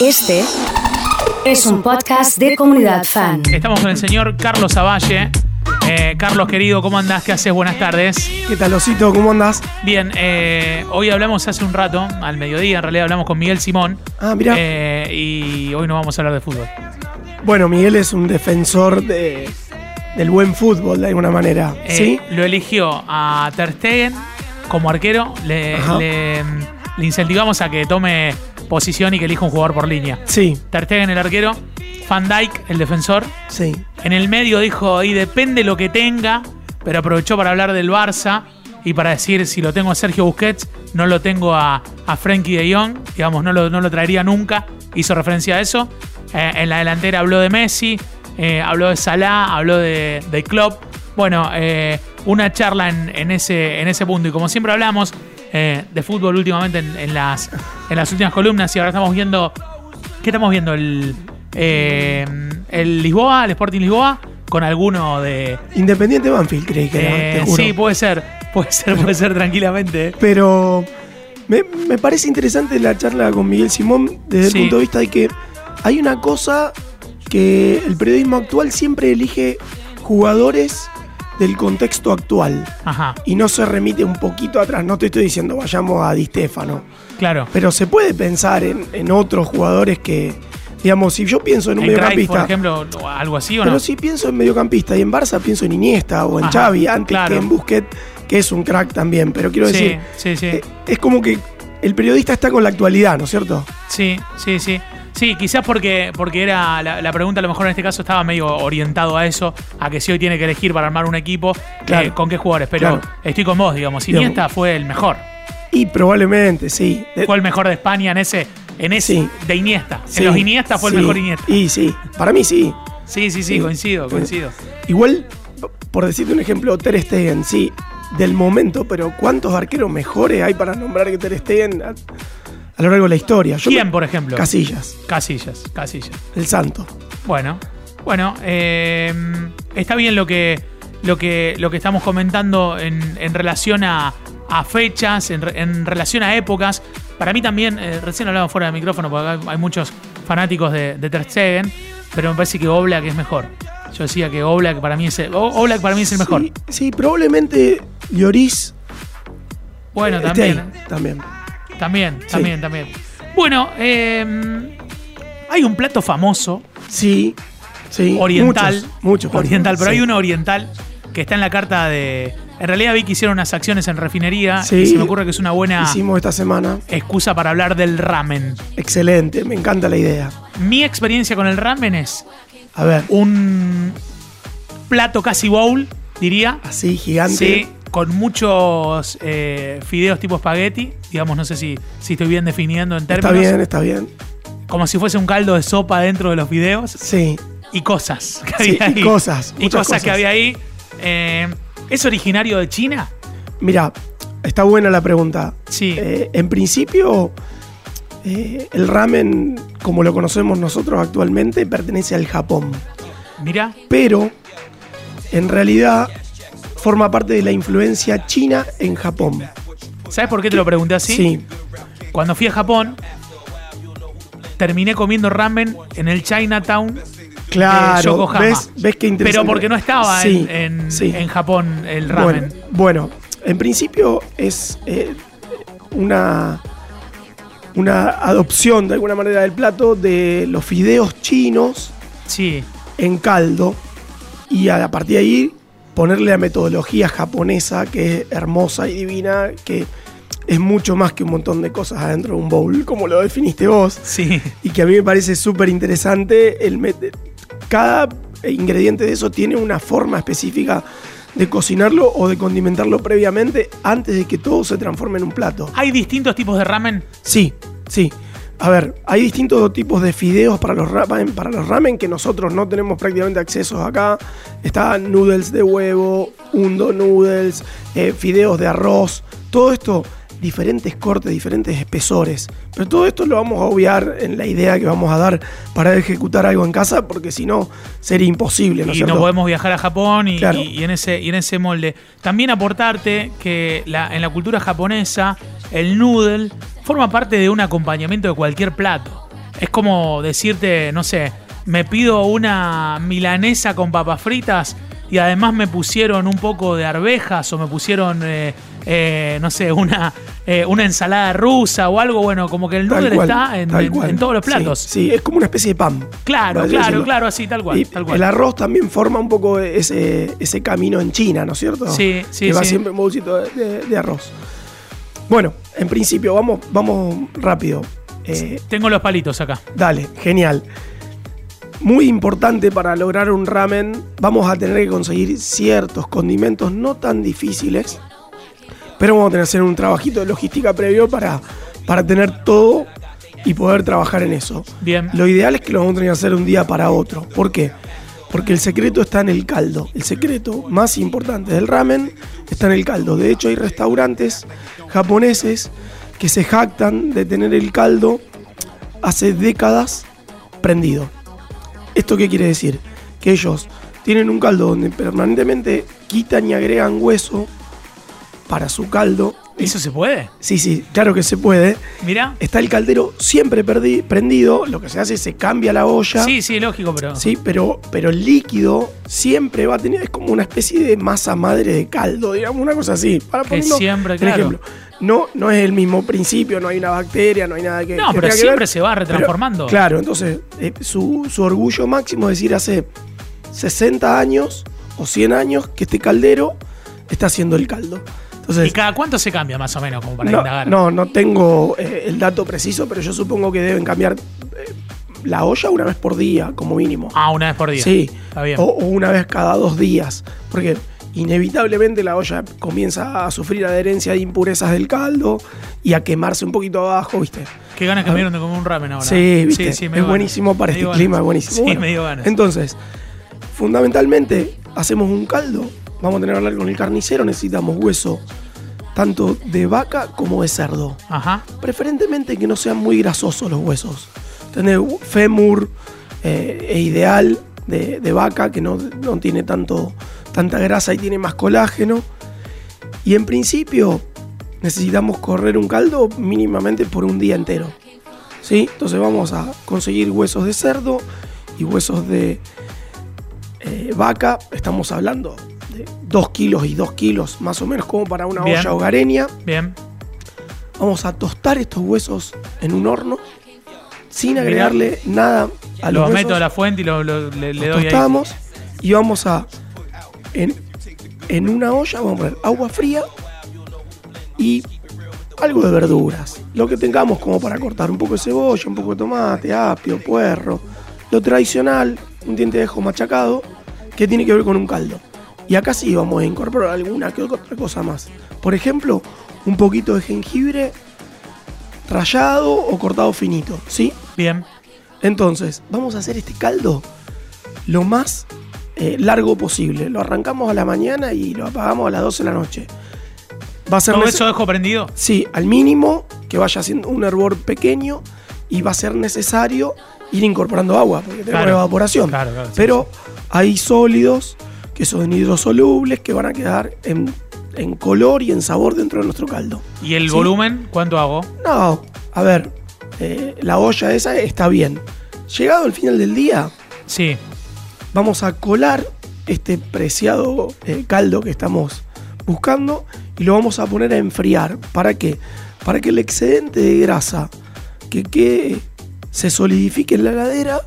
Este es un podcast de comunidad fan. Estamos con el señor Carlos Avalle. Eh, Carlos, querido, ¿cómo andás? ¿Qué haces? Buenas tardes. ¿Qué tal, Osito? ¿Cómo andás? Bien, eh, hoy hablamos hace un rato, al mediodía, en realidad hablamos con Miguel Simón. Ah, mirá. Eh, y hoy no vamos a hablar de fútbol. Bueno, Miguel es un defensor de- del buen fútbol, de alguna manera. Eh, ¿Sí? Lo eligió a Ter Stegen como arquero. Le, Ajá. le- le incentivamos a que tome posición y que elija un jugador por línea. Sí, Ter Stegen, el arquero. Van Dyke, el defensor. sí. En el medio dijo, y depende lo que tenga, pero aprovechó para hablar del Barça y para decir, si lo tengo a Sergio Busquets, no lo tengo a, a Frankie de Jong, digamos, no lo, no lo traería nunca, hizo referencia a eso. Eh, en la delantera habló de Messi, eh, habló de Salah, habló de, de Klopp. Bueno, eh, una charla en, en ese, en ese punto. Y como siempre hablamos eh, de fútbol últimamente en, en las, en las últimas columnas y ahora estamos viendo ¿Qué estamos viendo? El, eh, el Lisboa, el Sporting Lisboa, con alguno de. Independiente Banfield, creí que era, eh, te juro. sí, puede ser, puede ser, puede ser tranquilamente. eh. Pero me, me parece interesante la charla con Miguel Simón desde Sí. el punto de vista de que hay una cosa que el periodismo actual siempre elige jugadores del contexto actual Ajá, y no se remite un poquito atrás. No te estoy diciendo vayamos a Di Stefano. claro. Pero se puede pensar en, en otros jugadores que, digamos, si yo pienso en un En Cruyff, por mediocampista, ejemplo, o algo así o pero no? si pienso en mediocampista y en Barça pienso en Iniesta o en Ajá, Xavi antes claro. que en Busquets, que es un crack también, pero quiero Sí, decir, sí, sí. eh, es como que el periodista está con la actualidad, ¿no es cierto? Sí, sí, sí. Sí, quizás porque, porque era la, la pregunta, a lo mejor en este caso estaba medio orientado a eso, a que si hoy tiene que elegir para armar un equipo, eh, Claro. con qué jugadores. Pero Claro. estoy con vos, digamos. Digamos- Iniesta fue el mejor. Y probablemente, sí. De- Fue el mejor de España en ese, en ese Sí. de Iniesta. sí, en los Iniesta fue sí, el mejor Iniesta. Y sí, para mí sí. Sí, sí, sí, Sí. coincido, coincido. Igual, p- por decirte un ejemplo, Ter Stegen, sí, del momento, pero ¿cuántos arqueros mejores hay para nombrar que Ter Stegen a, a lo largo de la historia? Yo ¿Quién, me- por ejemplo? Casillas, Casillas, Casillas. el santo. Bueno, bueno, eh, está bien lo que, lo que, lo que estamos comentando en, en relación a, a fechas, en, re- en relación a épocas. Para mí también, eh, recién hablaba fuera del micrófono, porque acá hay muchos fanáticos de, de Ter Stegen, pero me parece que Oblak es mejor. Yo decía que Oblak para mí es el, O- Oblak para mí es el mejor. Sí, sí, probablemente Lloris Bueno, esté también, ¿eh? ahí, también. también, Sí. también, también. Bueno, eh, hay un plato famoso Sí, sí. oriental. Muchos, muchos jugadores. oriental, pero Sí. hay uno oriental que está en la carta de. En realidad vi que hicieron unas acciones en refinería Sí. y se me ocurre que es una buena Hicimos esta semana. excusa para hablar del ramen. Excelente, me encanta la idea. Mi experiencia con el ramen es A ver, un plato casi bowl, diría. así, gigante. Sí, con muchos eh, fideos tipo espagueti. Digamos, no sé si, si estoy bien definiendo en Está términos. bien, está bien. Como si fuese un caldo de sopa dentro de los fideos. Sí, y cosas que Sí, había y ahí. cosas, Y muchas cosas, que cosas. había ahí. Eh, ¿Es originario de China? mira, está buena la pregunta. Sí. Eh, en principio, eh, el ramen, como lo conocemos nosotros actualmente, pertenece al Japón. Mira, Pero, en realidad, forma parte de la influencia china en Japón. ¿sabes por qué te lo pregunté así? Sí, Cuando fui a Japón, terminé comiendo ramen en el Chinatown. de claro. Eh, Yokohama. ¿Ves, ¿Ves qué interesante? Pero porque no estaba Sí, en, en- sí. en Japón el ramen. Bueno, bueno, en principio es eh, una, una adopción de alguna manera del plato de los fideos chinos Sí, en caldo y a partir de ahí ponerle la metodología japonesa que es hermosa y divina, que es mucho más que un montón de cosas adentro de un bowl, como lo definiste vos, sí, y que a mí me parece súper interesante. el met- Cada ingrediente de eso tiene una forma específica de cocinarlo o de condimentarlo previamente antes de que todo se transforme en un plato. Hay distintos tipos de ramen. Sí, sí. A ver, hay distintos tipos de fideos para los ramen, para los ramen que nosotros no tenemos prácticamente acceso acá. Están noodles de huevo, hundo noodles, eh, fideos de arroz, todo esto diferentes cortes, diferentes espesores. Pero todo esto lo vamos a obviar en la idea que vamos a dar para ejecutar algo en casa, porque si no sería imposible, ¿no es y no cierto? podemos viajar a Japón y, Claro. y- y en ese, y en ese molde. También aportarte que la- en la cultura japonesa el noodle forma parte de un acompañamiento de cualquier plato. Es como decirte, no sé, me pido una milanesa con papas fritas y además me pusieron un poco de arvejas o me pusieron, eh, eh, no sé, una, eh, una ensalada rusa o algo. Bueno, como que el Tal noodle cual, está en, tal en- cual. en todos los Sí, platos. Sí, es como una especie de pan. Claro, Por así claro, decirlo. claro, así, tal cual. Y tal cual. El arroz también forma un poco ese, ese camino en China, ¿no es cierto? Sí, sí, Que va sí. siempre un bolsito de, de- de arroz. Bueno, en principio, vamos, vamos rápido. Eh, Tengo los palitos acá. Dale, genial. Muy importante para lograr un ramen, vamos a tener que conseguir ciertos condimentos no tan difíciles, pero vamos a tener que hacer un trabajito de logística previo para, para tener todo y poder trabajar en eso. Bien. Lo ideal es que lo vamos a tener que hacer un día para otro. ¿Por qué? Porque el secreto está en el caldo. El secreto más importante del ramen está en el caldo. De hecho, hay restaurantes japoneses que se jactan de tener el caldo hace décadas prendido. ¿Esto qué quiere decir? Que ellos tienen un caldo donde permanentemente quitan y agregan hueso para su caldo. ¿Eso se puede? Sí, sí, claro que se puede. Mirá. Está el caldero siempre perdi- prendido, lo que se hace es se cambia la olla. Sí, sí, lógico, pero. Sí, pero, pero el líquido siempre va a tener, es como una especie de masa madre de caldo, digamos, una cosa así. Para Que ponerlo, siempre, por claro. ejemplo, no, no es el mismo principio, no hay una bacteria, no hay nada que. No, pero que tenga que siempre ver, se va retransformando. pero, claro, entonces, eh, su, su orgullo máximo es decir, hace 60 años o 100 años que este caldero está haciendo el caldo. Entonces, ¿Y cada cuánto se cambia más o menos como para no, indagar? No, no tengo eh, el dato preciso, pero yo supongo que deben cambiar eh, la olla una vez por día, como mínimo. Ah, una vez por día. Sí, Oh, Está bien. O, o una vez cada dos días, porque inevitablemente la olla comienza a sufrir adherencia de impurezas del caldo y a quemarse un poquito abajo, ¿viste? Qué ganas que me dieron de comer un ramen ahora. Sí, ¿viste? me es dio buenísimo ganas. para Me este dio clima, es ganas. buenísimo. Sí, Bueno, me dio ganas. Entonces, fundamentalmente, hacemos un caldo. Vamos a tener que hablar con el carnicero, necesitamos hueso tanto de vaca como de cerdo Ajá. preferentemente que no sean muy grasosos los huesos. Tener fémur eh, e ideal de, de vaca, que no, no tiene tanto, tanta grasa y tiene más colágeno. Y en principio necesitamos correr un caldo mínimamente por un día entero. ¿Sí? Entonces vamos a conseguir huesos de cerdo y huesos de eh, vaca. Estamos hablando de 2 kilos y 2 kilos más o menos como para una Bien. olla hogareña. Bien. Vamos a tostar estos huesos en un horno sin agregarle nada a los, Los huesos. meto a la fuente y lo- lo- le, le Los doy ahí. tostamos y vamos a en, en una olla vamos a poner agua fría y algo de verduras, lo que tengamos como para cortar un poco de cebolla, un poco de tomate, apio, puerro, lo tradicional, un diente de ajo machacado que tiene que ver con un caldo. Y acá sí vamos a incorporar alguna que otra cosa más. Por ejemplo, un poquito de jengibre rallado o cortado finito, ¿sí? Bien. Entonces, vamos a hacer este caldo lo más eh, largo posible. Lo arrancamos a la mañana y lo apagamos a las 12 de la noche. Va a ser ¿Todo nece- eso dejo prendido? Sí, al mínimo que vaya haciendo un hervor pequeño y va a ser necesario ir incorporando agua porque tenemos Claro. evaporación. Claro, claro, sí, Pero hay sólidos que son hidrosolubles que van a quedar en, en color y en sabor dentro de nuestro caldo. ¿Y el Sí. volumen? ¿Cuánto hago? No, a ver, eh, la olla esa está bien. Llegado el final del día, Sí. vamos a colar este preciado eh, caldo que estamos buscando y lo vamos a poner a enfriar. ¿Para qué? Para que el excedente de grasa que quede se solidifique en la heladera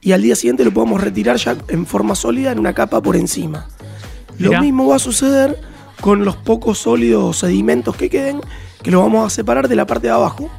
y al día siguiente lo podamos retirar ya en forma sólida en una capa por encima. Mirá. Lo mismo va a suceder con los pocos sólidos sedimentos que queden, que los vamos a separar de la parte de abajo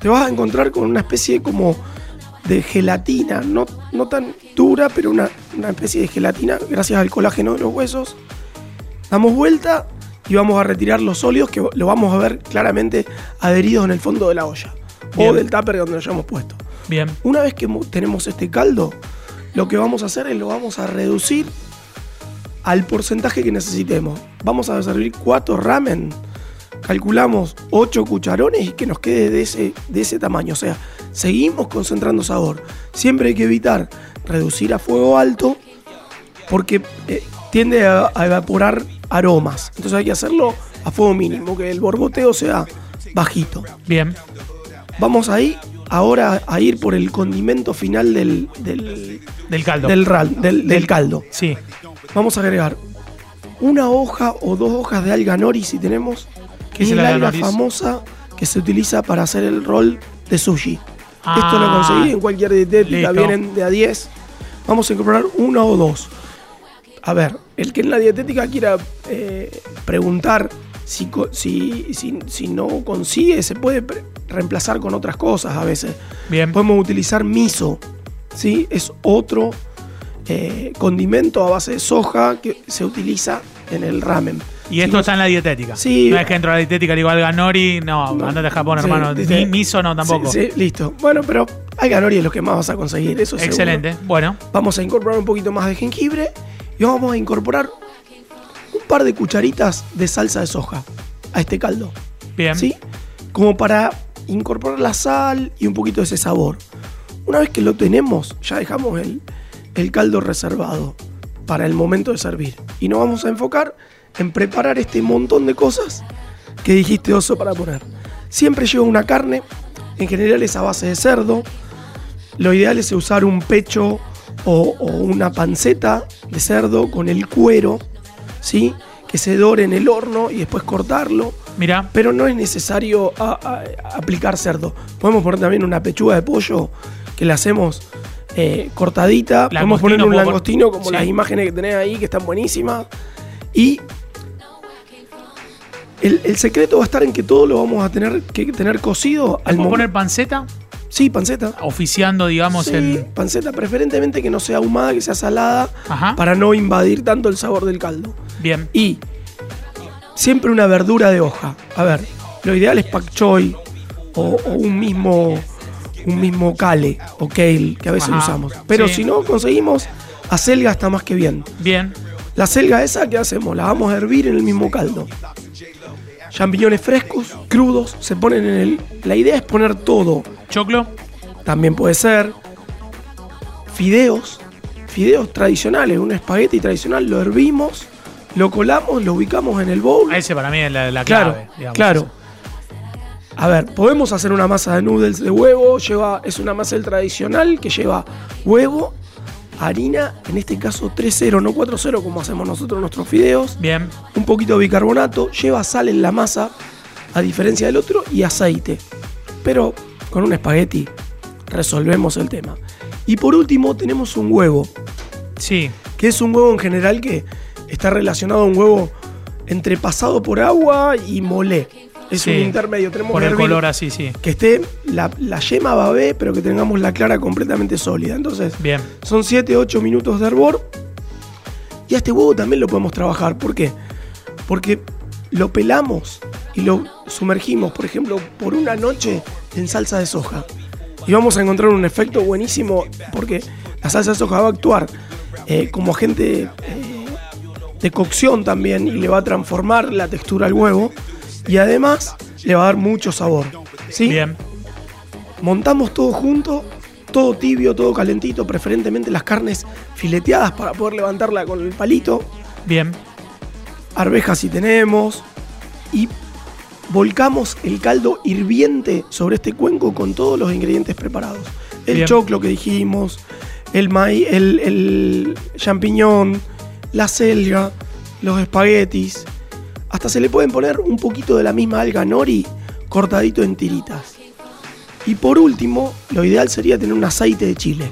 te vas a encontrar con una especie como de gelatina, no, no tan dura, pero una, una especie de gelatina gracias al colágeno de los huesos. Damos vuelta y vamos a retirar los sólidos que lo vamos a ver claramente adheridos en el fondo de la olla Bien. o del tupper donde lo hayamos puesto. Bien. Una vez que mo- tenemos este caldo, lo que vamos a hacer es lo vamos a reducir al porcentaje que necesitemos. Vamos a servir 4 ramen, calculamos 8 cucharones y que nos quede de ese, de ese tamaño. O sea, seguimos concentrando sabor. Siempre hay que evitar reducir a fuego alto porque eh, tiende a, a evaporar aromas. Entonces hay que hacerlo a fuego mínimo, que el borboteo sea bajito Bien. vamos ahí ahora a ir por el condimento final del, del, Del caldo. del, ral- del- del caldo. Sí. Vamos a agregar una hoja o dos hojas de alga nori si tenemos, que ¿Qué es es el la alga alga nori? famosa que se utiliza para hacer el rol de sushi. Esto lo Ah, conseguí en cualquier listo. dietética, vienen de a 10. Vamos a incorporar una o dos. A ver, el que en la dietética quiera eh, preguntar si, co- si, si- si no consigue, se puede pre- reemplazar con otras cosas a veces. Ah, Bien. Podemos utilizar miso, ¿sí? Es otro eh, condimento a base de soja que se utiliza en el ramen. Y esto está en la dietética. Sí. No es que entro a la dietética y digo alga nori. No, No. andate a Japón, Sí, hermano. dice- Ni miso no tampoco. Sí, sí, listo. Bueno, pero alga nori es lo que más vas a conseguir, eso es seguro. Excelente. Bueno. Vamos a incorporar un poquito más de jengibre y vamos a incorporar un par de cucharitas de salsa de soja a este caldo. Bien. ¿Sí? Como para incorporar la sal y un poquito de ese sabor. Una vez que lo tenemos, ya dejamos el, el caldo reservado para el momento de servir. Y nos vamos a enfocar en preparar este montón de cosas que dijiste, oso, para poner. Siempre lleva una carne, en general es a base de cerdo. Lo ideal es usar un pecho o, o una panceta de cerdo con el cuero, ¿sí? Que se dore en el horno y después cortarlo Mira. pero no es necesario a- a- aplicar cerdo. Podemos poner también una pechuga de pollo que la hacemos eh, cortadita. Langostino, Podemos poner un puedo pon- langostino como Sí. las imágenes que tenés ahí que están buenísimas. Y el, el secreto va a estar en que todo lo vamos a tener que tener cocido al ¿Puedo momento. poner panceta? Sí, panceta. Oficiando, digamos, Sí, el. panceta, preferentemente que no sea ahumada, que sea salada, Ajá. para no invadir tanto el sabor del caldo Bien. y siempre una verdura de hoja. A ver, lo ideal es pak choi o, o un mismo un mismo kale o kale que a veces Ajá, usamos. Pero sí. si no conseguimos acelga está más que bien. Bien. La acelga esa que hacemos, la vamos a hervir en el mismo caldo. Champiñones frescos, crudos, se ponen en el la idea es poner todo Choclo. también puede ser fideos, fideos tradicionales, un espagueti tradicional, lo hervimos, lo colamos, lo ubicamos en el bowl. Ese para mí es la, la claro, clave. digamos. claro. A ver, podemos hacer una masa de noodles de huevo, lleva, es una masa del tradicional que lleva huevo, harina, en este caso 3-0, no 4-0 como hacemos nosotros nuestros fideos, Bien. un poquito de bicarbonato, lleva sal en la masa, a diferencia del otro, y aceite. Pero con un espagueti resolvemos el tema. Y por último tenemos un huevo, Sí. que es un huevo en general que está relacionado a un huevo entrepasado por agua y molé. Es sí. un intermedio, tenemos Por que el hervir- color así, sí. que esté la, la yema babé, pero que tengamos la clara completamente sólida. Entonces, Bien. son 7, 8 minutos de hervor. Y a este huevo también lo podemos trabajar. ¿Por qué? Porque lo pelamos y lo sumergimos, por ejemplo, por una noche en salsa de soja. Y vamos a encontrar un efecto buenísimo porque la salsa de soja va a actuar eh, como agente eh, de cocción también y le va a transformar la textura al huevo. Y además le va a dar mucho sabor. ¿sí? Bien. Montamos todo junto, todo tibio, todo calentito, preferentemente las carnes fileteadas para poder levantarla con el palito, Bien. arvejas si tenemos, y volcamos el caldo hirviente sobre este cuenco con todos los ingredientes preparados. El Bien. choclo que dijimos, el maíz, el, el champiñón, la selga, los espaguetis. Hasta se le pueden poner un poquito de la misma alga nori cortadito en tiritas. Y por último, lo ideal sería tener un aceite de chile.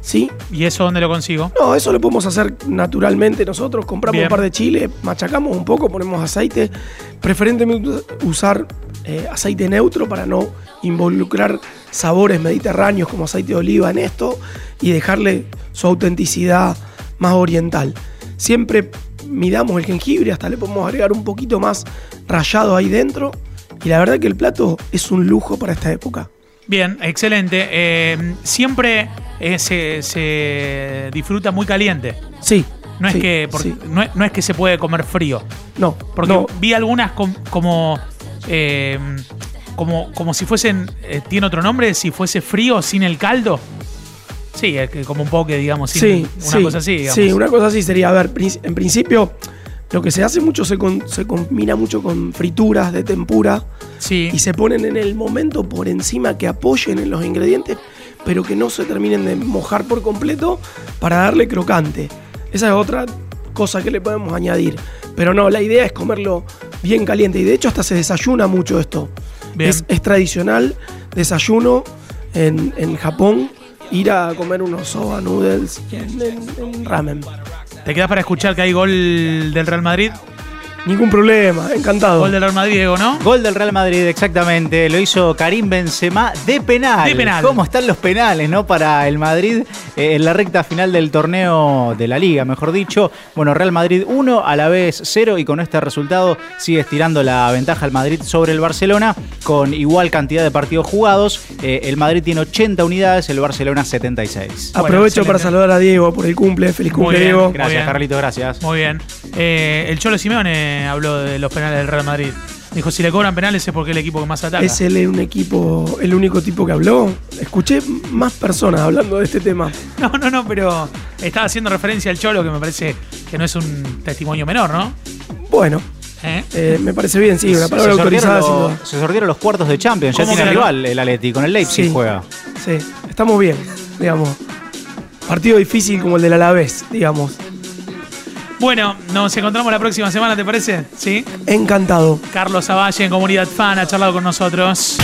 ¿Sí? ¿Y eso dónde lo consigo? No, eso lo podemos hacer naturalmente nosotros. Compramos Bien. un par de chile, machacamos un poco, ponemos aceite. Preferentemente usar eh, aceite neutro para no involucrar sabores mediterráneos como aceite de oliva en esto y dejarle su autenticidad más oriental. Siempre midamos el jengibre, hasta le podemos agregar un poquito más rallado ahí dentro. Y la verdad que el plato es un lujo para esta época. Bien, excelente. Eh, siempre eh, se, se disfruta muy caliente. Sí. No es sí, que por- sí. no, es- no es que se puede comer frío. No, Porque no. vi algunas com- como, eh, como como si fuesen eh, tiene otro nombre, si fuese frío sin el caldo. Sí, es que como un poke, digamos, sin- Sí, una sí, cosa así, digamos. Sí, una cosa así sería, a ver, prin- en principio lo que se hace mucho se, con- se combina mucho con frituras de tempura Sí. y se ponen en el momento por encima que apoyen en los ingredientes, pero que no se terminen de mojar por completo para darle crocante. Esa es otra cosa que le podemos añadir. Pero no, la idea es comerlo bien caliente y de hecho hasta se desayuna mucho esto. Bien. Es, es tradicional desayuno en, en Japón ir a comer unos soba noodles en- en- en ramen. ¿Te quedas para escuchar que hay gol del Real Madrid? Ningún problema, encantado. Gol del Real Madrid, Diego, ¿no? Gol del Real Madrid, exactamente. Lo hizo Karim Benzema de penal. De penal. ¿Cómo están los penales, no? Para el Madrid eh, en la recta final del torneo de la Liga, mejor dicho. Bueno, Real Madrid 1, a la vez 0 y con este resultado sigue estirando la ventaja al Madrid sobre el Barcelona con igual cantidad de partidos jugados. Eh, el Madrid tiene 80 unidades, el Barcelona 76. Bueno, Aprovecho para excelente. saludar a Diego por el cumple. Feliz Muy cumple, bien, Diego. Ah, muy bien. Gracias, Carlito, gracias. Muy bien. Eh, el Cholo Simeone habló de los penales del Real Madrid. Dijo, si le cobran penales es porque es el equipo que más ataca. Es él un equipo, el único tipo que habló. Escuché más personas hablando de este tema. No, no, no, pero estaba haciendo referencia al Cholo, que me parece que no es un testimonio menor, ¿no? Bueno, ¿Eh? eh, me parece bien, sí, una Se- palabra se sortearon autorizada. los- sin duda. se sortearon los cuartos de Champions. Ya ¿Cómo tiene que ganó? rival el Atleti. Con el Leipzig Sí. juega. Sí, estamos bien, digamos. Partido difícil como el del Alavés, digamos. Bueno, nos encontramos la próxima semana, ¿te parece? Sí. Encantado. Carlos Avalle en Comunidad Fan ha charlado con nosotros.